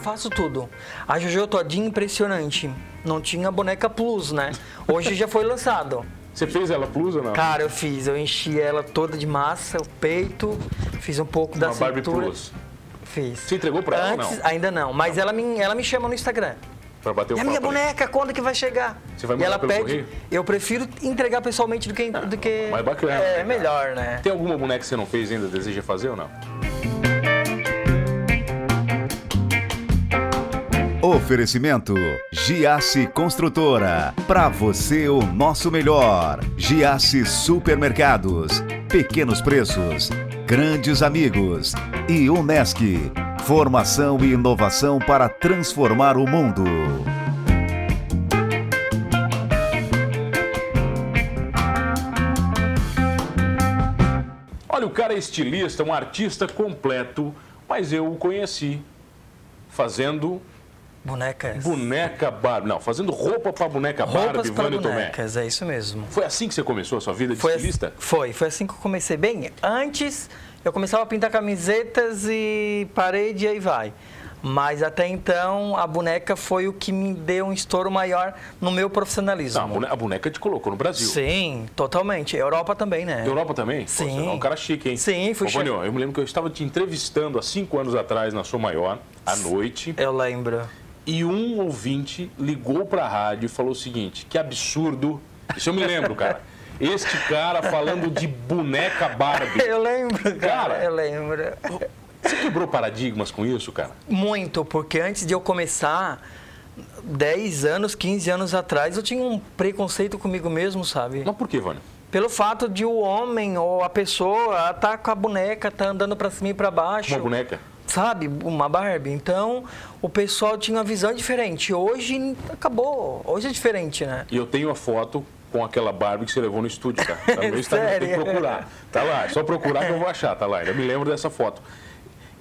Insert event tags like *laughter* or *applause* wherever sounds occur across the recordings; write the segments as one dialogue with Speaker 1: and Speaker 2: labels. Speaker 1: faço tudo. A Jojo Todinho, impressionante. Não tinha boneca Plus, né? Hoje já foi lançado.
Speaker 2: Você fez ela plus ou não?
Speaker 1: Cara, eu fiz. Eu enchi ela toda de massa, o peito, fiz um pouco da
Speaker 2: Uma Barbie
Speaker 1: cintura.
Speaker 2: plus.
Speaker 1: Fiz.
Speaker 2: Você entregou pra ela ou
Speaker 1: Antes,
Speaker 2: não?
Speaker 1: Ainda não, mas Ela, me, ela me chama no Instagram.
Speaker 2: Pra bater o
Speaker 1: É a
Speaker 2: papo.
Speaker 1: minha
Speaker 2: ali.
Speaker 1: boneca, quando que vai chegar?
Speaker 2: Você vai
Speaker 1: e
Speaker 2: mandar
Speaker 1: ela
Speaker 2: pelo
Speaker 1: pede.
Speaker 2: correio?
Speaker 1: Eu prefiro entregar pessoalmente do que. Do que
Speaker 2: mais Ah, bacana, né,
Speaker 1: É,
Speaker 2: cara?
Speaker 1: melhor, né?
Speaker 2: Tem alguma boneca que você não fez ainda, deseja fazer ou não?
Speaker 3: Oferecimento Giasse Construtora. Pra você o nosso melhor. Giasse Supermercados. Pequenos preços, grandes amigos e Unesc. Formação e inovação para transformar o mundo.
Speaker 2: Olha, o cara é estilista, um artista completo, mas eu o conheci fazendo
Speaker 1: Bonecas.
Speaker 2: boneca Barbie. Não, fazendo roupa pra boneca
Speaker 1: Roupas
Speaker 2: Barbie,
Speaker 1: para
Speaker 2: Vânia Tomé.
Speaker 1: bonecas, é isso mesmo.
Speaker 2: Foi assim que você começou a sua vida de
Speaker 1: Foi, ass-
Speaker 2: estilista?
Speaker 1: foi, foi assim que eu comecei. Bem, antes eu começava a pintar camisetas e parede e aí vai. Mas até então a boneca foi o que me deu um estouro maior no meu profissionalismo.
Speaker 2: Não, a bone- a boneca te colocou no Brasil.
Speaker 1: Sim, totalmente. Europa também, né?
Speaker 2: Europa também? Pô,
Speaker 1: Sim.
Speaker 2: você é um cara chique, hein?
Speaker 1: Sim, fui
Speaker 2: Ô,
Speaker 1: chique.
Speaker 2: Vânia, eu me lembro que eu estava te entrevistando há cinco anos atrás na Sou Maior, à noite.
Speaker 1: Eu lembro.
Speaker 2: e um ouvinte ligou pra rádio e falou o seguinte: que absurdo. Isso eu me lembro, cara. Este cara falando de boneca Barbie.
Speaker 1: Eu lembro, cara.
Speaker 2: Cara.
Speaker 1: Eu lembro.
Speaker 2: Você quebrou paradigmas com isso, cara?
Speaker 1: Muito, porque antes de eu começar, 10 anos, 15 anos atrás, eu tinha um preconceito comigo mesmo, sabe?
Speaker 2: Mas por que, Vânia?
Speaker 1: Pelo fato de o homem ou a pessoa tá com a boneca, tá andando pra cima e pra baixo.
Speaker 2: Uma boneca.
Speaker 1: Sabe? Uma Barbie. Então, o pessoal tinha uma visão diferente. Hoje acabou. Hoje é diferente, né?
Speaker 2: E eu tenho a foto com aquela Barbie que você levou no estúdio, cara. Tá no meu Instagram, tem que
Speaker 1: Sério?
Speaker 2: procurar. Tá lá, é só procurar que eu vou achar, tá lá. Eu me lembro dessa foto.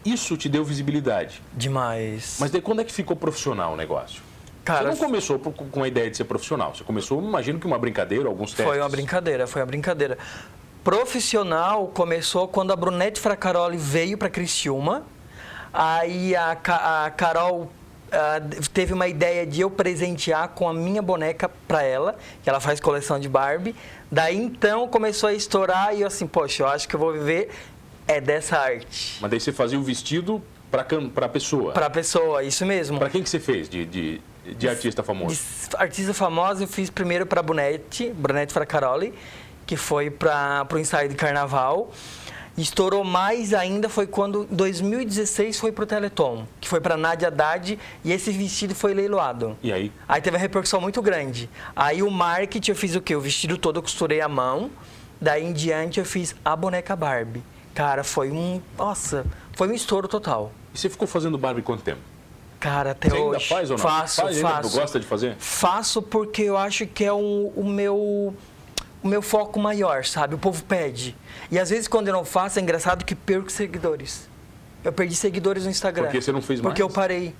Speaker 2: Isso te deu visibilidade.
Speaker 1: Demais.
Speaker 2: Mas daí quando é que ficou profissional o negócio?
Speaker 1: Cara,
Speaker 2: você não começou por- com a ideia de ser profissional. Você começou, imagino que uma brincadeira, alguns testes.
Speaker 1: Foi uma brincadeira, foi uma brincadeira. Profissional começou quando a Brunete Fracaroli veio para Criciúma. Aí a, Ca- a Carol ah, teve uma ideia de eu presentear com a minha boneca para ela, que ela faz coleção de Barbie. Daí então começou a estourar e eu assim, poxa, eu acho que eu vou viver é dessa arte.
Speaker 2: Mas daí você fazia o vestido pra, can- pra pessoa. Pra...
Speaker 1: Para pessoa, isso mesmo.
Speaker 2: quem que você fez de, de, de artista
Speaker 1: De
Speaker 2: famoso?
Speaker 1: s- artista famosa, eu fiz primeiro pra Brunetti, Brunetti Fracaroli, que foi para pro ensaio de carnaval. Estourou mais ainda foi quando, em 2016, foi pro Teleton, que foi pra Nádia Haddad, e esse vestido foi leiloado.
Speaker 2: E aí?
Speaker 1: Aí teve uma repercussão muito grande. Aí o marketing, eu fiz o quê? O vestido todo eu costurei à mão, daí em diante eu fiz a boneca Barbie. Cara, foi um... Nossa, foi um estouro total.
Speaker 2: E você ficou fazendo Barbie quanto tempo?
Speaker 1: Cara, até
Speaker 2: Você ainda
Speaker 1: hoje.
Speaker 2: faz ou não?
Speaker 1: Faço,
Speaker 2: faz ainda?
Speaker 1: faço.
Speaker 2: Tu gosta de fazer?
Speaker 1: Faço porque eu acho que é o, o meu o meu foco maior, sabe? O povo pede. E às vezes quando eu não faço, é engraçado que perco seguidores. Eu perdi seguidores no Instagram.
Speaker 2: Porque você não fez
Speaker 1: Porque eu
Speaker 2: mais?
Speaker 1: parei.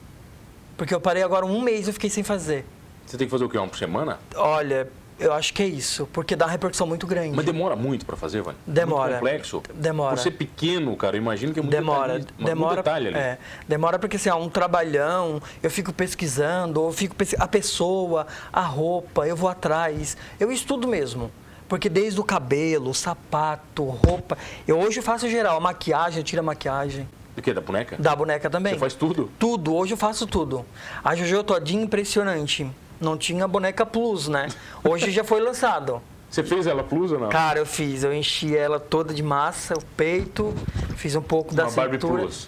Speaker 1: Porque eu parei agora um mês eu fiquei sem fazer.
Speaker 2: Você tem que fazer o quê? Uma por semana?
Speaker 1: Olha, eu acho que é isso. Porque dá uma repercussão muito grande.
Speaker 2: Mas demora muito pra fazer, Vânia?
Speaker 1: Uhum.
Speaker 2: É
Speaker 1: Demora.
Speaker 2: Muito complexo?
Speaker 1: Demora.
Speaker 2: Por ser pequeno, cara, eu imagino que é muito
Speaker 1: Demora,
Speaker 2: detalhe, muito
Speaker 1: demora.
Speaker 2: detalhe ali.
Speaker 1: é, demora porque assim, é um trabalhão, eu fico pesquisando, eu fico pesqui- a pessoa, a roupa, eu vou atrás. Eu estudo mesmo. Porque desde o cabelo, sapato, roupa. Eu hoje faço geral, a maquiagem, eu tiro a maquiagem.
Speaker 2: Do que? Da boneca?
Speaker 1: Da boneca também.
Speaker 2: Você faz tudo?
Speaker 1: Tudo, hoje eu faço tudo. A Jojo Todinho, impressionante. Não tinha boneca plus, né? Hoje já foi
Speaker 2: *laughs*
Speaker 1: lançado.
Speaker 2: Você fez ela plus ou não?
Speaker 1: Cara, eu fiz, eu enchi ela toda de massa, o peito, fiz um pouco da
Speaker 2: uma Barbie
Speaker 1: cintura.
Speaker 2: plus.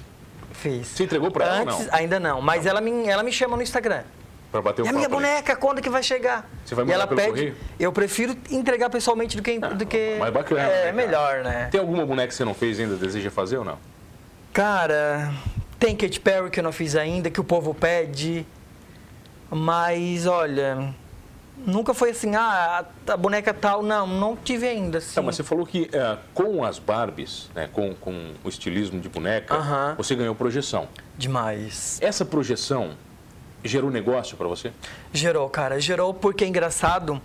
Speaker 1: Fiz.
Speaker 2: Você entregou pra ela ou
Speaker 1: Antes,
Speaker 2: não?
Speaker 1: Ainda não, mas Ela, me, ela me chama no Instagram.
Speaker 2: Pra bater o
Speaker 1: é a
Speaker 2: papo
Speaker 1: minha
Speaker 2: ali.
Speaker 1: boneca, quando que vai chegar?
Speaker 2: Você vai
Speaker 1: e
Speaker 2: mandar
Speaker 1: ela
Speaker 2: pelo
Speaker 1: pede.
Speaker 2: correio? Ah,
Speaker 1: Eu prefiro entregar pessoalmente do que. do que
Speaker 2: mais bacana, né,
Speaker 1: É,
Speaker 2: cara?
Speaker 1: melhor, né?
Speaker 2: Tem alguma boneca que você não fez ainda, deseja fazer ou não?
Speaker 1: Cara, tem Katy Perry que eu não fiz ainda, que o povo pede. Mas, olha. Nunca foi assim, ah, a, a boneca tal. Não, não tive ainda. Assim.
Speaker 2: Tá, mas você falou que eh, com as Barbies, né, com, com o estilismo de boneca,
Speaker 1: Aham.
Speaker 2: você ganhou projeção.
Speaker 1: Demais.
Speaker 2: Essa projeção gerou negócio pra você?
Speaker 1: Gerou, cara. Gerou porque é engraçado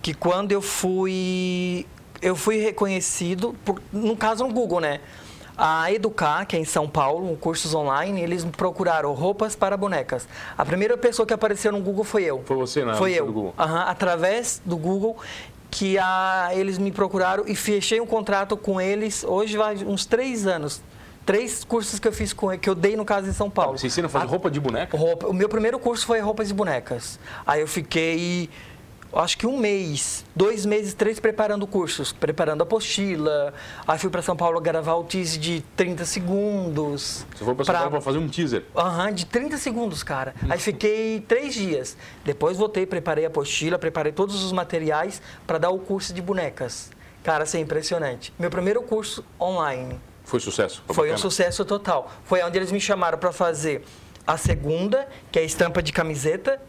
Speaker 1: que quando eu fui. Eu fui reconhecido, por- no caso no Google, né? a Educar, que é em São Paulo, cursos online, eles procuraram roupas para bonecas. A primeira pessoa que apareceu no Google foi eu.
Speaker 2: Foi você, né?
Speaker 1: Foi
Speaker 2: Você
Speaker 1: eu.
Speaker 2: do Google.
Speaker 1: Aham, através do Google que a, eles me procuraram e fechei um contrato com eles. Hoje vai uns três anos. Três cursos que eu fiz com ele, que eu dei no caso em São Paulo.
Speaker 2: Tá, Você ensina a fazer
Speaker 1: A-
Speaker 2: roupa de boneca?
Speaker 1: Roupa- o meu primeiro curso foi roupas e bonecas. Aí eu fiquei, acho que um mês, dois meses, três preparando cursos, preparando apostila. Aí fui para São Paulo gravar o tease de 30 segundos.
Speaker 2: Você foi pra São
Speaker 1: Pra-
Speaker 2: Paulo pra fazer um teaser.
Speaker 1: Aham, de 30 segundos, cara. Aí fiquei três dias. Depois voltei, preparei a apostila, preparei todos os materiais para dar o curso de bonecas. Cara, assim, impressionante. Meu primeiro curso online.
Speaker 2: Foi sucesso.
Speaker 1: Foi um
Speaker 2: bacana.
Speaker 1: sucesso total. Foi onde eles me chamaram para fazer a segunda, que é a estampa de camiseta,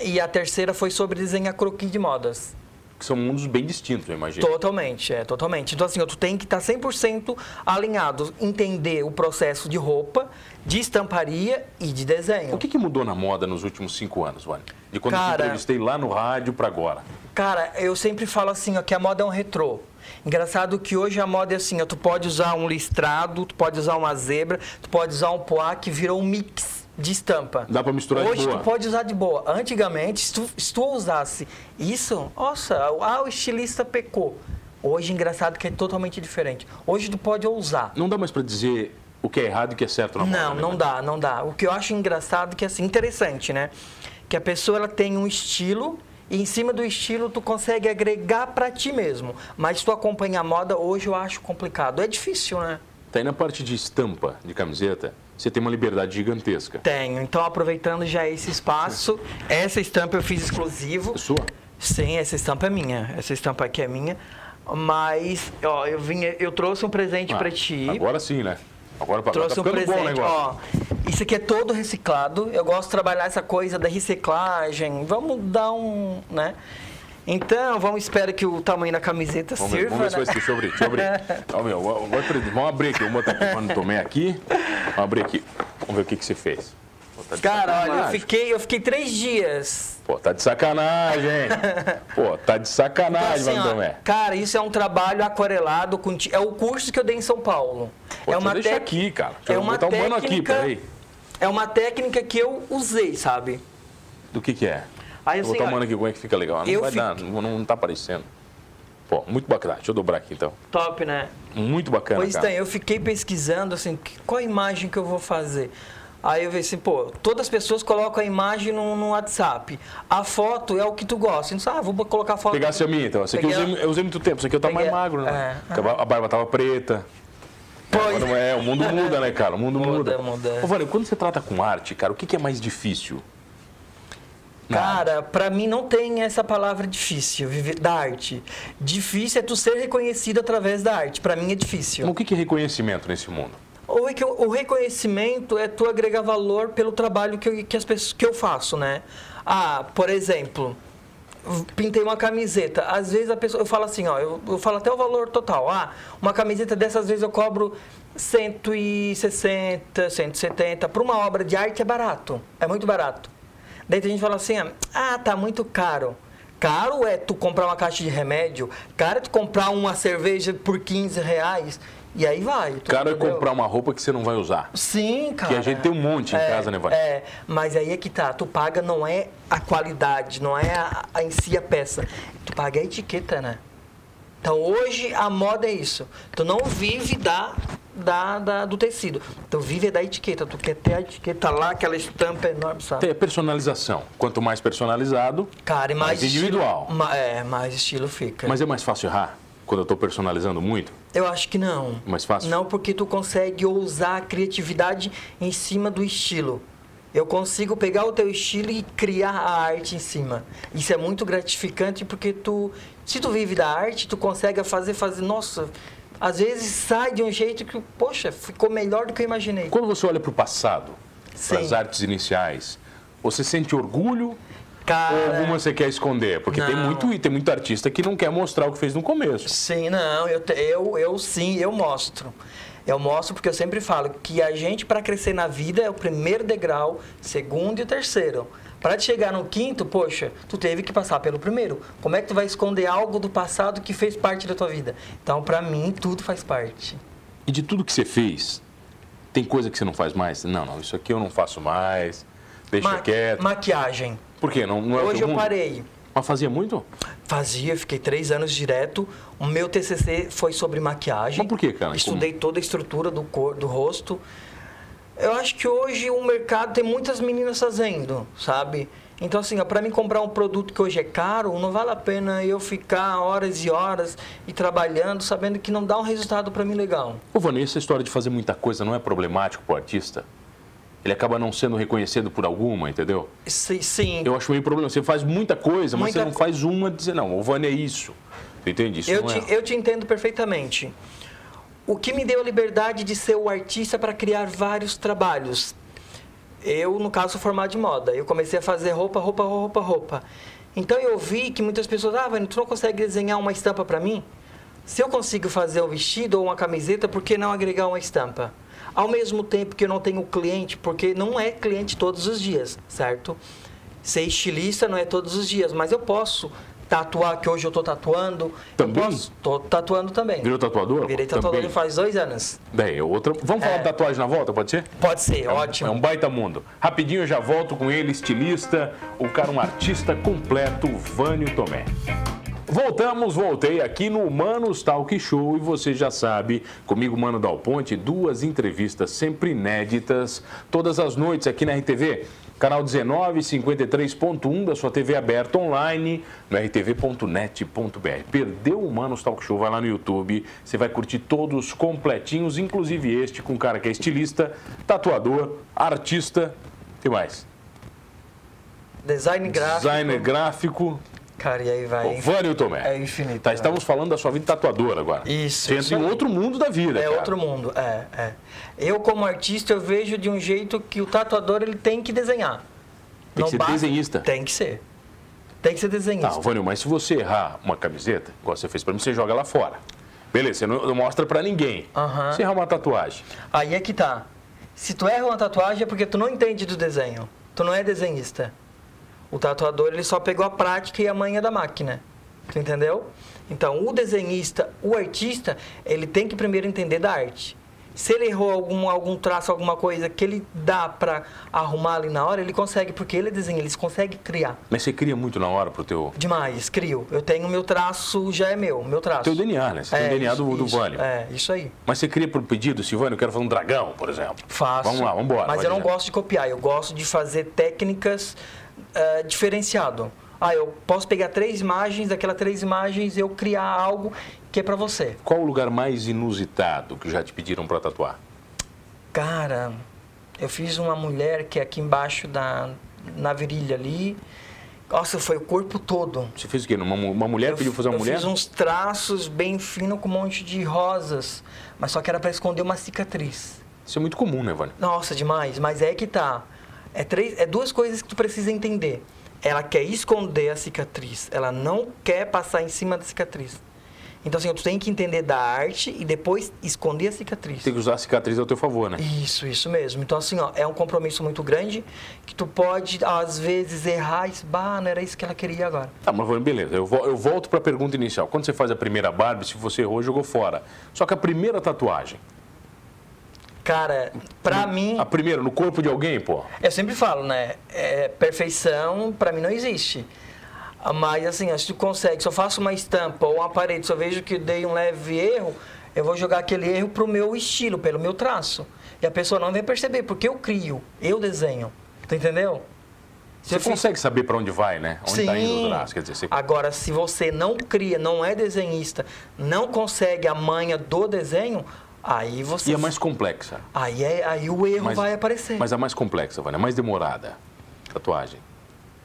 Speaker 1: e a terceira foi sobre desenhar croquis de modas.
Speaker 2: Que são mundos bem distintos, eu imagino.
Speaker 1: Totalmente, é, totalmente. Então, assim, ó, tu tem que estar 100% alinhado, entender o processo de roupa, de estamparia e de desenho.
Speaker 2: O que, que mudou na moda nos últimos cinco anos, Vani? De quando eu te
Speaker 1: Cara-
Speaker 2: entrevistei lá no rádio pra agora.
Speaker 1: Cara, eu sempre falo assim, ó, que a moda é um retrô. Engraçado que hoje a moda é assim, ó, tu pode usar um listrado, tu pode usar uma zebra, tu pode usar um poá que virou um mix de estampa.
Speaker 2: Dá pra misturar de
Speaker 1: Hoje
Speaker 2: boa.
Speaker 1: tu pode usar de boa. Antigamente, se tu, se tu usasse isso, nossa, ah, o estilista pecou. Hoje, engraçado que é totalmente diferente. Hoje tu pode ousar.
Speaker 2: Não dá mais pra dizer o que é errado e o que é certo na moda.
Speaker 1: Não,
Speaker 2: né,
Speaker 1: não
Speaker 2: Vani?
Speaker 1: dá, não dá. O que eu acho engraçado que é assim, interessante, né? Que a pessoa ela tem um estilo e em cima do estilo tu consegue agregar pra ti mesmo. Mas tu acompanha a moda hoje eu acho complicado. É difícil, né?
Speaker 2: Tá aí na parte de estampa de camiseta, você tem uma liberdade gigantesca.
Speaker 1: Tenho. Então aproveitando já esse espaço, essa estampa eu fiz exclusivo.
Speaker 2: É sua?
Speaker 1: Sim, essa estampa é minha. Essa estampa aqui é minha. Mas, ó, eu vim, eu trouxe um presente
Speaker 2: Ah,
Speaker 1: pra ti.
Speaker 2: Agora sim, né? Agora pra
Speaker 1: Trouxe
Speaker 2: tá
Speaker 1: um
Speaker 2: ficando bom o
Speaker 1: presente,
Speaker 2: negócio.
Speaker 1: ó. Isso aqui é todo reciclado. Eu gosto de trabalhar essa coisa da reciclagem. Vamos dar um, né? Então, vamos espero que o tamanho da camiseta
Speaker 2: Vamos ver,
Speaker 1: sirva,
Speaker 2: vamos ver se vai
Speaker 1: né?
Speaker 2: ser. Deixa eu abrir, deixa
Speaker 1: *laughs*
Speaker 2: eu abrir. Ó, meu, ó, vai pra- vamos abrir aqui, vamos botar aqui. Mano, tomei aqui. Vamos abrir aqui. Vamos ver o que, que você fez. Pô, tá de
Speaker 1: Cara, olha, eu
Speaker 2: sacanagem.
Speaker 1: fiquei, eu fiquei três dias.
Speaker 2: Pô, tá de sacanagem. Pô, tá
Speaker 1: Então,
Speaker 2: de sacanagem,
Speaker 1: assim,
Speaker 2: Vando
Speaker 1: ó,
Speaker 2: Tomé.
Speaker 1: cara, isso é um trabalho aquarelado com ti- é o curso que eu dei em São Paulo.
Speaker 2: Pô, então
Speaker 1: é
Speaker 2: deixa eu deixar
Speaker 1: tec-
Speaker 2: aqui, cara. Deixa
Speaker 1: é
Speaker 2: eu
Speaker 1: uma
Speaker 2: botar um
Speaker 1: técnica.
Speaker 2: mano aqui, peraí.
Speaker 1: É uma técnica que eu usei, sabe?
Speaker 2: Do que que é?
Speaker 1: Aí,
Speaker 2: Vou
Speaker 1: assim,
Speaker 2: botar um
Speaker 1: ó,
Speaker 2: mano aqui, como é que fica legal? Não
Speaker 1: eu
Speaker 2: vai dar,
Speaker 1: fiquei-
Speaker 2: não, não tá aparecendo. Pô, muito bacana. Deixa eu dobrar aqui, então.
Speaker 1: Top, né?
Speaker 2: Muito bacana,
Speaker 1: Pois
Speaker 2: cara.
Speaker 1: tem, eu fiquei pesquisando assim, que- qual a imagem que eu vou fazer? Aí eu vi assim, pô, todas as pessoas colocam a imagem no, no WhatsApp. A foto é o que tu gosta. Então, ah, vou bo- colocar a foto.
Speaker 2: Pegasse a minha, então. Essa aqui eu
Speaker 1: Peguei
Speaker 2: usei, eu usei muito tempo. Isso aqui eu tava mais
Speaker 1: Peguei a-
Speaker 2: magro, né?
Speaker 1: é.
Speaker 2: Porque a ba- A barba tava preta.
Speaker 1: Pois,
Speaker 2: Agora é, o mundo muda, né, cara? O mundo muda.
Speaker 1: Muda, muda.
Speaker 2: Ô, Vânia, quando você trata com arte, cara, o que, que é mais difícil?
Speaker 1: cara, pra mim não tem essa palavra difícil, viver da arte. Difícil é tu ser reconhecido através da arte. Pra mim é difícil.
Speaker 2: O que, que é reconhecimento nesse mundo?
Speaker 1: O, reco- é o reconhecimento é tu agregar valor pelo trabalho que eu, que as pessoas, que eu faço, né? Ah, por exemplo, v- pintei uma camiseta. Às vezes a pessoa. Eu falo assim, ó, eu, eu falo até o valor total. Ah, uma camiseta dessas vezes eu cobro 160, 170. Para uma obra de arte é barato. É muito barato. Daí tem gente que fala assim, ah, tá muito caro. Caro é tu comprar uma caixa de remédio, caro é tu comprar uma cerveja por 15 reais. E aí vai. tu
Speaker 2: Cara, é
Speaker 1: entendeu?
Speaker 2: comprar uma roupa que você não vai usar.
Speaker 1: Sim, cara.
Speaker 2: Que a gente tem um monte em
Speaker 1: É,
Speaker 2: casa, né, Vânia?
Speaker 1: É, mas aí é que tá. Tu paga não é a qualidade, não é a, a- em si a peça. Tu paga a etiqueta, né? Então hoje a moda é isso. Tu não vive da, da, da- do tecido. Tu vive da etiqueta. Tu quer ter a etiqueta lá, aquela estampa enorme, sabe?
Speaker 2: Tem a é personalização. Quanto mais personalizado,
Speaker 1: Cara, e mais.
Speaker 2: Mas individual.
Speaker 1: estilo- ma- é, mais estilo fica.
Speaker 2: mas é mais fácil errar quando eu tô personalizando muito.
Speaker 1: Eu acho que não.
Speaker 2: Mais fácil?
Speaker 1: Não, porque tu consegue ousar a criatividade em cima do estilo. Eu consigo pegar o teu estilo e criar a arte em cima. Isso é muito gratificante porque tu, se tu vive da arte, tu consegue fazer, fazer, nossa, às vezes sai de um jeito que, poxa, ficou melhor do que eu imaginei.
Speaker 2: Quando você olha pro passado,
Speaker 1: Sim.
Speaker 2: para as artes iniciais, você sente orgulho ou
Speaker 1: Cara,
Speaker 2: alguma você quer esconder? Porque tem
Speaker 1: Ah, é. Não.
Speaker 2: muito, tem muito artista que não quer mostrar o que fez no começo.
Speaker 1: Sim, não, eu, te- eu, eu sim, eu mostro. Eu mostro porque eu sempre falo que a gente, para crescer na vida, é o primeiro degrau, segundo e o terceiro. Para te chegar no quinto, poxa, tu teve que passar pelo primeiro. Como é que tu vai esconder algo do passado que fez parte da tua vida? Então, para mim, tudo faz parte.
Speaker 2: E de tudo que você fez, tem coisa que você não faz mais? Não, não, isso aqui eu não faço mais, deixa
Speaker 1: Ma-
Speaker 2: quieto.
Speaker 1: Maquiagem.
Speaker 2: Por quê? Não, não é o
Speaker 1: Hoje
Speaker 2: teu
Speaker 1: eu
Speaker 2: mundo?
Speaker 1: parei.
Speaker 2: Mas fazia muito?
Speaker 1: Fazia, fiquei três anos direto. O meu TCC foi sobre maquiagem.
Speaker 2: Mas por que, cara?
Speaker 1: Estudei toda a estrutura do, cor, do rosto. Eu acho que hoje o mercado tem muitas meninas fazendo, sabe? Então, assim, ó, pra mim comprar um produto que hoje é caro, não vale a pena eu ficar horas e horas e trabalhando, sabendo que não dá um resultado pra mim legal.
Speaker 2: Ô, Vani, essa história de fazer muita coisa não é problemático pro artista? Ele acaba não sendo reconhecido por alguma, entendeu?
Speaker 1: Si- Sim,
Speaker 2: Eu acho meio problema. Você faz muita coisa, mas
Speaker 1: Muita
Speaker 2: você não
Speaker 1: co-
Speaker 2: faz uma dizer, não, o Vani é isso. Tu entende? Isso
Speaker 1: Eu
Speaker 2: não
Speaker 1: te,
Speaker 2: é.
Speaker 1: eu te entendo perfeitamente. O que me deu a liberdade de ser o artista para criar vários trabalhos? Eu, no caso, formado de moda. Eu comecei a fazer roupa, roupa, roupa, roupa. Então eu vi que muitas pessoas, ah, Vani, tu não consegue desenhar uma estampa para mim? Se eu consigo fazer um vestido ou uma camiseta, por que não agregar uma estampa? Ao mesmo tempo que eu não tenho cliente, porque não é cliente todos os dias, certo? Ser estilista não é todos os dias, mas eu posso tatuar, que hoje eu estou tatuando.
Speaker 2: Também?
Speaker 1: Eu posso, tô tatuando também.
Speaker 2: Virou tatuador?
Speaker 1: Virei tatuador
Speaker 2: Também.
Speaker 1: faz dois anos.
Speaker 2: Daí, é outra... Vamos falar
Speaker 1: É.
Speaker 2: de tatuagem na volta, pode ser?
Speaker 1: Pode ser,
Speaker 2: É um-
Speaker 1: ótimo.
Speaker 2: É um baita mundo. Rapidinho eu já volto com ele, estilista, o cara, um artista completo, Vânio Tomé. Voltamos, voltei aqui no Humanos Talk Show e você já sabe, comigo, Mano Dal Ponte, duas entrevistas sempre inéditas, todas as noites aqui na RTV, canal 19, 53.1 da sua TV aberta online, no rtv.net.br. Perdeu o Humanos Talk Show, vai lá no YouTube, você vai curtir todos completinhos, inclusive este com um cara que é estilista, tatuador, artista, que mais?
Speaker 1: Design gráfico.
Speaker 2: Designer gráfico,
Speaker 1: Cara, e aí vai.
Speaker 2: Bom, Vânio Tomé.
Speaker 1: É infinito,
Speaker 2: Tá,
Speaker 1: né?
Speaker 2: estamos falando da sua vida tatuadora agora.
Speaker 1: Isso,
Speaker 2: Você
Speaker 1: isso
Speaker 2: entra em
Speaker 1: aí.
Speaker 2: outro mundo da vida.
Speaker 1: É
Speaker 2: cara.
Speaker 1: outro mundo, é, é. Eu, como artista, eu vejo de um jeito que o tatuador ele tem que desenhar.
Speaker 2: Tem que ser desenhista.
Speaker 1: Tem que ser. Tem que ser
Speaker 2: Tá,
Speaker 1: desenhista.
Speaker 2: Vânio, mas se você errar uma camiseta, igual você fez pra mim, você joga lá fora. Beleza, você não não mostra pra ninguém.
Speaker 1: Aham.
Speaker 2: Você errar uma tatuagem.
Speaker 1: Aí é que tá. Se tu erra uma tatuagem é porque tu não entende do desenho. Tu não é desenhista. O tatuador ele só pegou a prática e a manha da máquina. Tu entendeu? Então, o desenhista, o artista, ele tem que primeiro entender da arte. Se ele errou algum, algum traço, alguma coisa que ele dá pra arrumar ali na hora, ele consegue, porque ele é desenho, ele consegue criar.
Speaker 2: Mas você cria muito na hora pro teu,
Speaker 1: Demais, crio. Eu tenho meu traço, já é meu, meu traço.
Speaker 2: teu DNA, né? Você tem o DNA do,
Speaker 1: isso,
Speaker 2: do
Speaker 1: isso,
Speaker 2: Vânio.
Speaker 1: É, isso aí.
Speaker 2: Mas você cria por pedido, Silvânio, eu quero fazer um dragão, por exemplo.
Speaker 1: Faço.
Speaker 2: Vamos lá, vamos embora.
Speaker 1: Mas eu não gosto de copiar, eu gosto de fazer técnicas eh, diferenciado. Ah, eu posso pegar três imagens, daquelas três imagens eu criar algo que é pra você.
Speaker 2: Qual o lugar mais inusitado que já te pediram pra tatuar?
Speaker 1: Cara, eu fiz uma mulher que é aqui embaixo da na virilha ali. Nossa, foi o corpo todo.
Speaker 2: Você fez o quê? Uma, mu- uma mulher
Speaker 1: Eu
Speaker 2: pediu
Speaker 1: f-
Speaker 2: fazer uma
Speaker 1: eu
Speaker 2: mulher?
Speaker 1: fiz um uns traços bem finos com um monte de rosas, mas só que era pra esconder uma cicatriz.
Speaker 2: Isso é muito comum, né, Vânio?
Speaker 1: Nossa, demais. Mas é que tá. É, três, é duas coisas que tu precisa entender. Ela quer esconder a cicatriz. Ela não quer passar em cima da cicatriz. Então, assim, tu tem que entender da arte e depois esconder a cicatriz.
Speaker 2: Tem que usar a cicatriz ao teu favor, né?
Speaker 1: Isso, isso mesmo. Então, assim, ó, é um compromisso muito grande que tu pode, às vezes, errar e... Bah, não era isso que ela queria agora.
Speaker 2: Tá, mas Vânia, beleza, eu, vol- eu volto pra pergunta inicial. Quando você faz a primeira Barbie, se você errou, jogou fora. Só que a primeira tatuagem,
Speaker 1: Cara, pra mim...
Speaker 2: a primeira no corpo de alguém, pô,
Speaker 1: Eu sempre falo, né? é, perfeição pra mim não existe. Mas assim, ó, se tu consegue, se eu faço uma estampa ou uma parede, se eu vejo que dei um leve erro, eu vou jogar aquele erro pro meu estilo, pelo meu traço. E a pessoa não vai perceber, porque eu crio, eu desenho. Tu entendeu?
Speaker 2: você
Speaker 1: fiz-
Speaker 2: consegue saber pra onde vai, né? Onde tá indo o traço, quer dizer, você...
Speaker 1: Agora, se você não cria, não é desenhista, não consegue a manha do desenho, aí você.
Speaker 2: E a mais complexa.
Speaker 1: aí, é- aí o erro
Speaker 2: Mas-
Speaker 1: vai aparecer.
Speaker 2: Mas a mais complexa, Vânia, a mais demorada, tatuagem.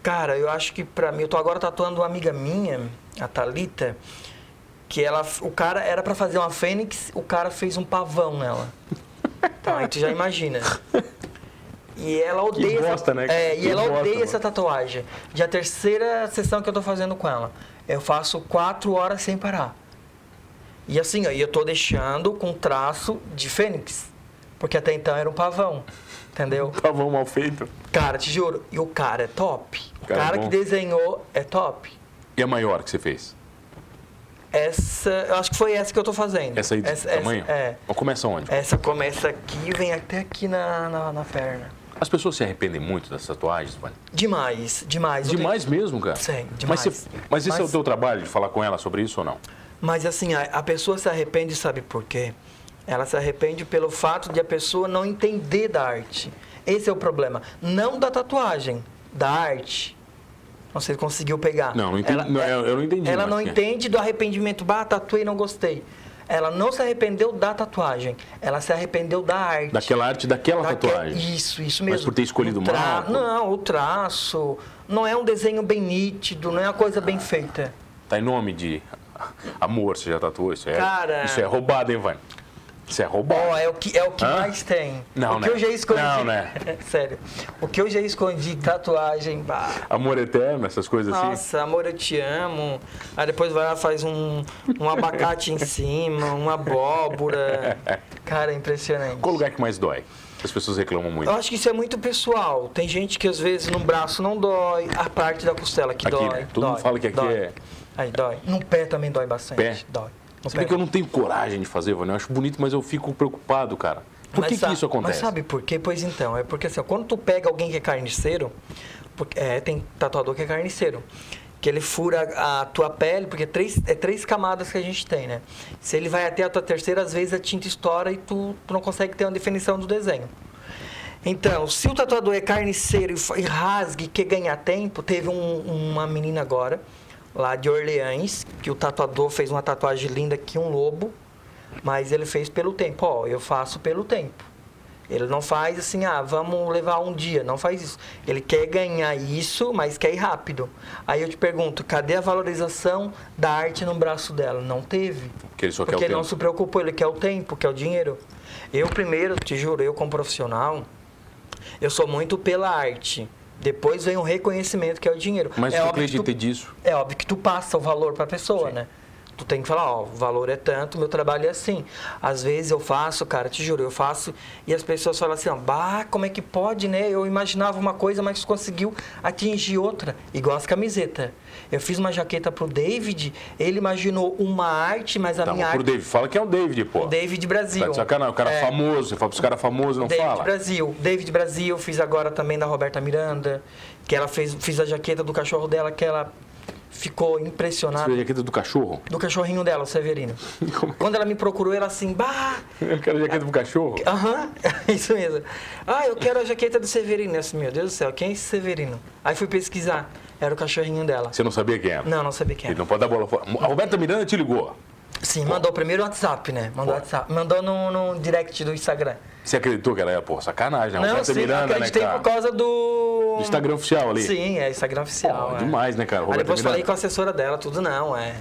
Speaker 1: Cara, eu acho que pra mim, eu tô agora tatuando uma amiga minha, a Thalita, que ela, o cara era pra fazer uma fênix, o cara fez um pavão
Speaker 2: *laughs*
Speaker 1: nela. Então, aí tu já imagina. E ela odeia
Speaker 2: bosta,
Speaker 1: essa,
Speaker 2: né?
Speaker 1: É,
Speaker 2: Que
Speaker 1: e ela
Speaker 2: bosta,
Speaker 1: odeia
Speaker 2: mano.
Speaker 1: essa tatuagem. Já a terceira sessão que eu tô fazendo com ela. Eu faço quatro horas sem parar. E assim, aí eu tô deixando com um traço de fênix, porque até então era um pavão, entendeu?
Speaker 2: Pavão mal feito.
Speaker 1: Cara, te juro, e o cara é top. O
Speaker 2: Cara é
Speaker 1: cara,
Speaker 2: bom.
Speaker 1: que desenhou é top.
Speaker 2: E a maior que você fez?
Speaker 1: Essa, eu acho que foi essa que eu tô fazendo.
Speaker 2: Essa aí de tamanho?
Speaker 1: Essa, é.
Speaker 2: Mas Começa onde?
Speaker 1: Essa começa aqui e vem até aqui na, na, na perna.
Speaker 2: As pessoas se arrependem muito das tatuagens, mano.
Speaker 1: Demais, demais. Eu tenho-
Speaker 2: Demais mesmo, cara.
Speaker 1: Sim,
Speaker 2: Mas,
Speaker 1: demais.
Speaker 2: você- mas esse é o
Speaker 1: Mas-
Speaker 2: teu trabalho de falar com ela sobre isso ou não?
Speaker 1: Mas assim, a, a pessoa se arrepende, sabe por quê? Ela se arrepende pelo fato de a pessoa não entender da arte. Esse é o problema. Não da tatuagem, da arte. Não sei se conseguiu pegar.
Speaker 2: Não, não entendi- não, eu- eu não entendi,
Speaker 1: Ela
Speaker 2: mas
Speaker 1: não
Speaker 2: que- é.
Speaker 1: entende do arrependimento. Bah, tatuei, não gostei. Ela não se arrependeu da tatuagem. Ela se arrependeu da arte.
Speaker 2: Daquela arte, daquela
Speaker 1: Daquele-
Speaker 2: tatuagem.
Speaker 1: Isso, isso
Speaker 2: Mas
Speaker 1: mesmo.
Speaker 2: por ter escolhido
Speaker 1: O tra-
Speaker 2: mal, por-
Speaker 1: Não, o traço. Não é um desenho bem nítido, não é uma coisa bem feita.
Speaker 2: Tá em nome de amor, você já tatuou isso? É,
Speaker 1: Cara.
Speaker 2: Isso é roubado, hein, Vani? Isso é roubado.
Speaker 1: Ó, é o que, é o que
Speaker 2: Hã?
Speaker 1: mais tem.
Speaker 2: Não,
Speaker 1: o que
Speaker 2: né?
Speaker 1: eu já escondi.
Speaker 2: Não, né?
Speaker 1: *laughs* Sério. O que eu já escondi, tatuagem, bah.
Speaker 2: Amor eterno, essas coisas assim.
Speaker 1: Nossa, amor, eu te amo. Aí depois vai lá faz um, um abacate em cima, *laughs* uma abóbora. Cara, é impressionante.
Speaker 2: Qual o lugar que mais dói? As pessoas reclamam muito.
Speaker 1: Eu acho que isso é muito pessoal. Tem gente que às vezes no braço não dói, a parte da costela que
Speaker 2: Aqui,
Speaker 1: dói.
Speaker 2: né? Todo
Speaker 1: dói,
Speaker 2: mundo fala que aqui
Speaker 1: dói.
Speaker 2: é-
Speaker 1: Aí dói. No pé também dói bastante.
Speaker 2: Pé?
Speaker 1: Dói. No
Speaker 2: Sabe
Speaker 1: pé.
Speaker 2: que eu não tenho coragem de fazer, Vani? Eu acho bonito, mas eu fico preocupado, cara. Por
Speaker 1: Mas
Speaker 2: que, que
Speaker 1: sa-
Speaker 2: isso
Speaker 1: Mas
Speaker 2: acontece?
Speaker 1: sabe por quê? Pois então, é porque assim, ó, quando tu pega alguém que é carniceiro, porque, é, tem tatuador que é carniceiro, que ele fura a tua pele, porque três, é três camadas que a gente tem, né? Se ele vai até a tua terceira, às vezes a tinta estoura e tu, tu não consegue ter uma definição do desenho. Então, se o tatuador é carniceiro e, fa- e rasga e quer ganhar tempo, teve um- uma menina agora, lá de Orleans, que o tatuador fez uma tatuagem linda que um lobo, mas ele fez pelo tempo. Ó, eu faço pelo tempo. Ele não faz assim, ah, vamos levar um dia. Não faz isso. Ele quer ganhar isso, mas quer ir rápido. Aí eu te pergunto, cadê a valorização da arte no braço dela? Não teve.
Speaker 2: Porque ele só quer
Speaker 1: Porque
Speaker 2: o tempo.
Speaker 1: não se preocupou, ele quer o tempo, quer o dinheiro. Eu primeiro, te juro, eu como profissional, eu sou muito pela arte. Depois vem o reconhecimento, que é o dinheiro.
Speaker 2: Mas
Speaker 1: é
Speaker 2: tu
Speaker 1: óbvio que
Speaker 2: acredita disso?
Speaker 1: É óbvio que tu passa o valor para a pessoa, né? Tu tem que falar, ó, o valor é tanto, meu trabalho é assim. Às vezes eu faço, cara, te juro, eu faço e as pessoas falam assim, ó, bah, como é que pode, né? Eu imaginava uma coisa, mas conseguiu atingir outra. Igual as camisetas. Eu fiz uma jaqueta pro David, ele imaginou uma arte, mas a
Speaker 2: Tá,
Speaker 1: minha
Speaker 2: mas
Speaker 1: arte
Speaker 2: pro David, fala que é o David, pô.
Speaker 1: David
Speaker 2: Tá
Speaker 1: Brasil.
Speaker 2: de sacanagem, o cara
Speaker 1: É.
Speaker 2: famoso, você fala pros caras famosos, não
Speaker 1: David
Speaker 2: fala.
Speaker 1: Brasil. David Brasil, fiz agora também da Roberta Miranda, que ela fez, fiz a jaqueta do cachorro dela, que ela ficou
Speaker 2: Você
Speaker 1: impressionada.
Speaker 2: vê a jaqueta do cachorro? *laughs*
Speaker 1: Do cachorrinho dela, o Severino. Quando ela me procurou, ela assim, bah,
Speaker 2: Eu quero a jaqueta do cachorro.
Speaker 1: Aham, *laughs* isso mesmo. Ah, eu quero a jaqueta do Severino. Eu assim, meu Deus do céu, quem é esse Severino? Aí fui pesquisar, era o cachorrinho dela.
Speaker 2: Você não sabia quem era?
Speaker 1: Não, não sabia quem
Speaker 2: Ele
Speaker 1: era.
Speaker 2: não pode dar bola fora. A Roberta Miranda te ligou.
Speaker 1: Sim, mandou primeiro o WhatsApp, né? Mandou WhatsApp. Mandou no, no direct do Instagram.
Speaker 2: Você acreditou que ela era, pô, sacanagem, né?
Speaker 1: Não,
Speaker 2: Roberta
Speaker 1: sim,
Speaker 2: Miranda, né,
Speaker 1: acreditei
Speaker 2: cara?
Speaker 1: por causa do...
Speaker 2: Do Instagram oficial ali.
Speaker 1: Sim, é Instagram oficial.
Speaker 2: Pô,
Speaker 1: é.
Speaker 2: demais, né, cara?
Speaker 1: Aí
Speaker 2: Roberta
Speaker 1: depois falei
Speaker 2: Miranda.
Speaker 1: com a assessora dela, tudo não, é.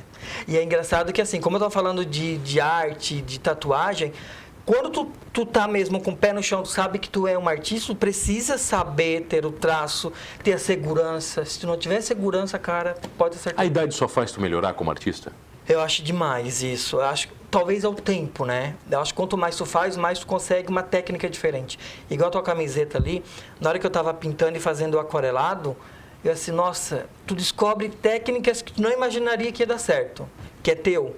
Speaker 1: E é engraçado que assim, como eu tô falando de, de arte, de tatuagem, quando tu, tu tá mesmo com o pé no chão, tu sabe que tu é um artista, tu precisa saber ter o traço, ter a segurança. Se tu não tiver segurança, cara, pode acertar.
Speaker 2: A idade só faz tu melhorar como artista?
Speaker 1: Eu acho demais isso. Eu acho talvez é o tempo, né? Eu acho que quanto mais tu faz, mais tu consegue uma técnica diferente. Igual a tua camiseta ali, na hora que eu tava pintando e fazendo o aquarelado, eu assim, nossa, tu descobre técnicas que tu não imaginaria que ia dar certo, que é teu.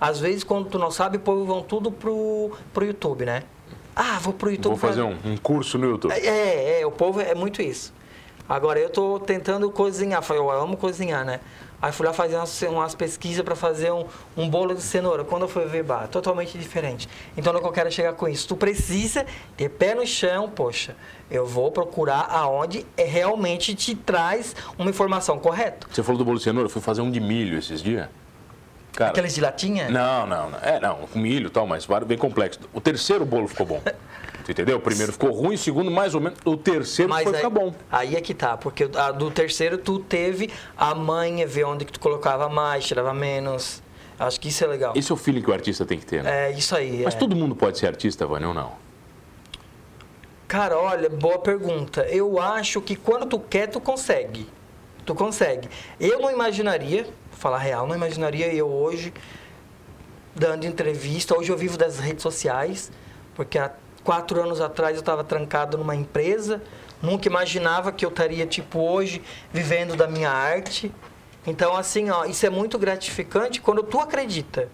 Speaker 1: Às vezes, quando tu não sabe, o povo vão tudo pro, pro YouTube, né? Ah, vou pro YouTube.
Speaker 2: Vou fazer
Speaker 1: pra-
Speaker 2: um, um curso no YouTube.
Speaker 1: é, é, o povo é muito isso. Agora eu tô tentando cozinhar, falei, eu amo cozinhar, né? Aí fui lá fazer umas, umas pesquisas para fazer um, um bolo de cenoura. Quando eu fui ver, bah, totalmente diferente. Então não que eu quero chegar com isso. Tu precisa ter pé no chão, poxa. Eu vou procurar aonde é realmente te traz uma informação correta.
Speaker 2: Você falou do bolo de cenoura, eu fui fazer um de milho esses dias. Cara,
Speaker 1: Aqueles de latinha?
Speaker 2: Não, não, não. É, não, com milho e tal, mas vários- bem complexo. O terceiro bolo
Speaker 1: *laughs*
Speaker 2: ficou bom. Tu entendeu? O primeiro ficou ruim, o segundo mais ou menos. O terceiro foi
Speaker 1: aí,
Speaker 2: ficar bom.
Speaker 1: aí é que tá, porque a do terceiro tu teve a manha, ver onde que tu colocava mais, tirava menos. Acho que isso é legal.
Speaker 2: Esse é o feeling que o artista tem que ter, né?
Speaker 1: É, isso aí.
Speaker 2: Mas
Speaker 1: é.
Speaker 2: todo mundo pode ser artista, Vânia, ou não?
Speaker 1: Cara, olha, boa pergunta. Eu acho que quando tu quer, tu consegue. Tu consegue. Eu não imaginaria, vou falar real, não imaginaria eu hoje dando entrevista. Hoje eu vivo das redes sociais, porque há quatro anos atrás eu estava trancado numa empresa. Nunca imaginava que eu estaria, tipo, hoje vivendo da minha arte. Então, assim, ó, isso é muito gratificante quando tu acredita.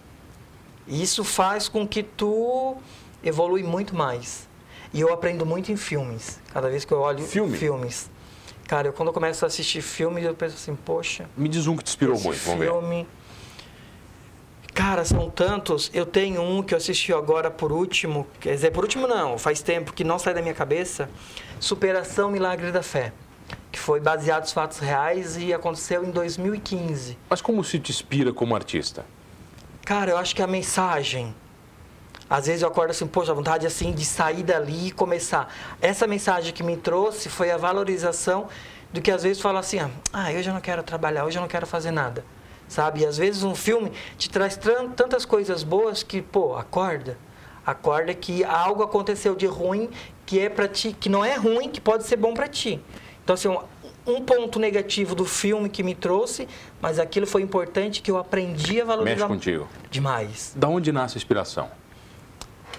Speaker 1: E isso faz com que tu evolui muito mais. E eu aprendo muito em filmes. Cada vez que eu olho
Speaker 2: Filme?
Speaker 1: filmes. Cara, eu, quando eu começo a assistir filmes, eu penso assim, poxa,
Speaker 2: Me diz um que te inspirou muito, vamos ver.
Speaker 1: filme. Cara, são tantos. Eu tenho um que eu assisti agora por último. Quer dizer, por último não, faz tempo que não sai da minha cabeça. Superação Milagre da Fé. Que foi baseado nos fatos reais e aconteceu em 2015.
Speaker 2: Mas como se te inspira como artista?
Speaker 1: Cara, eu acho que a mensagem. Às vezes eu acordo assim, poxa, a vontade assim de sair dali e começar. Essa mensagem que me trouxe foi a valorização do que às vezes fala assim, ah, ah, hoje eu não quero trabalhar, hoje eu não quero fazer nada. Sabe? E às vezes um filme te traz tran- tantas coisas boas que, pô, acorda. Acorda que algo aconteceu de ruim que é para ti, que não é ruim, que pode ser bom para ti. Então assim, um- um ponto negativo do filme que me trouxe, mas aquilo foi importante que eu aprendi a valorizar
Speaker 2: Mexe contigo.
Speaker 1: demais.
Speaker 2: Da onde nasce a inspiração?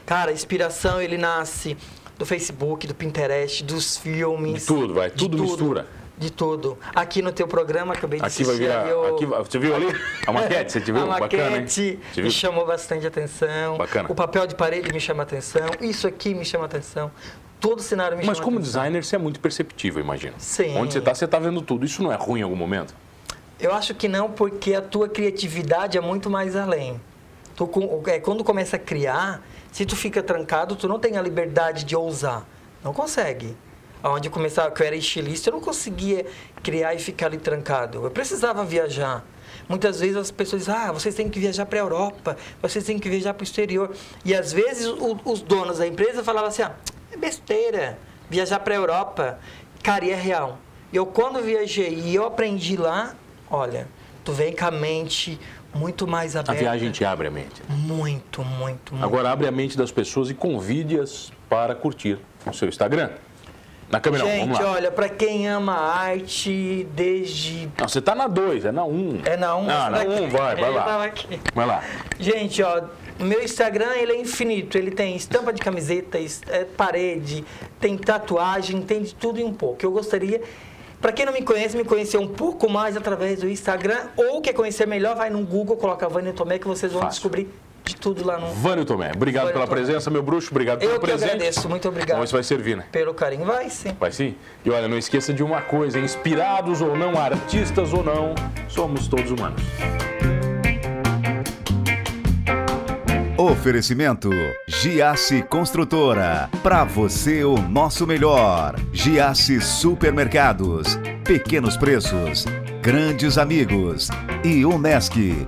Speaker 1: Cara, a inspiração ele nasce do Facebook, do Pinterest, dos filmes.
Speaker 2: De tudo, vai. Tudo mistura.
Speaker 1: De tudo. Aqui no teu programa, acabei de
Speaker 2: Aqui vai
Speaker 1: assistir,
Speaker 2: vir
Speaker 1: aí
Speaker 2: a,
Speaker 1: eu-
Speaker 2: aqui vai- Você viu ali? A maquete, você te viu?
Speaker 1: A
Speaker 2: Bacana, hein?
Speaker 1: maquete me
Speaker 2: Você viu?
Speaker 1: chamou bastante atenção.
Speaker 2: Bacana.
Speaker 1: O papel de parede me chama atenção. Isso aqui me chama atenção. Todo o cenário me
Speaker 2: Mas
Speaker 1: chama
Speaker 2: como
Speaker 1: atenção.
Speaker 2: designer, você é muito perceptível, imagino.
Speaker 1: Sim.
Speaker 2: Onde você está, você está vendo tudo. Isso não é ruim em algum momento?
Speaker 1: Eu acho que não, porque a tua criatividade é muito mais além. Tu, com- é, quando começa a criar, se tu fica trancado, tu não tem a liberdade de ousar. Não consegue. Onde eu começava, que eu era estilista, eu não conseguia criar e ficar ali trancado. Eu precisava viajar. Muitas vezes as pessoas dizem, ah, vocês têm que viajar para a Europa, vocês têm que viajar para o exterior. E às vezes o- os donos da empresa falavam assim, ah, é besteira, viajar para a Europa. Cara, e é real. Eu quando viajei e eu aprendi lá, olha, tu vem com a mente muito mais
Speaker 2: A
Speaker 1: aberta.
Speaker 2: viagem te abre a mente.
Speaker 1: Muito, muito, muito.
Speaker 2: Agora abre a mente das pessoas e convide-as para curtir o seu Instagram. Na câmera, um, vamos
Speaker 1: Gente,
Speaker 2: lá.
Speaker 1: olha, pra quem ama arte desde.
Speaker 2: Não, você tá na 2, é na 1. Um.
Speaker 1: É na 1. Um,
Speaker 2: Ah,
Speaker 1: essa
Speaker 2: na
Speaker 1: daqui.
Speaker 2: 1, um, vai, vai
Speaker 1: Eu tava
Speaker 2: lá.
Speaker 1: aqui.
Speaker 2: Vai lá.
Speaker 1: Gente, ó, o meu Instagram ele é infinito. Ele tem estampa de camiseta, es- é parede, tem tatuagem, tem de tudo e um pouco. Eu gostaria, para quem não me conhece, me conhecer um pouco mais através do Instagram ou quer conhecer melhor, vai no Google, coloca Vânia Tomé que vocês vão
Speaker 2: Fácil.
Speaker 1: descobrir de tudo lá no.
Speaker 2: Vânio Tomé, obrigado
Speaker 1: Vânio
Speaker 2: pela
Speaker 1: Tomé.
Speaker 2: presença, meu bruxo. Obrigado pelo
Speaker 1: Eu que
Speaker 2: presente.
Speaker 1: agradeço, muito obrigado.
Speaker 2: Bom, isso vai servir, né?
Speaker 1: Pelo carinho, vai sim.
Speaker 2: Vai sim? E olha, não esqueça de uma coisa: hein? inspirados ou não, artistas ou não, somos todos humanos.
Speaker 3: Oferecimento Giasse Construtora. Para você o nosso melhor. Giasse Supermercados. Pequenos preços, grandes amigos e Unesc.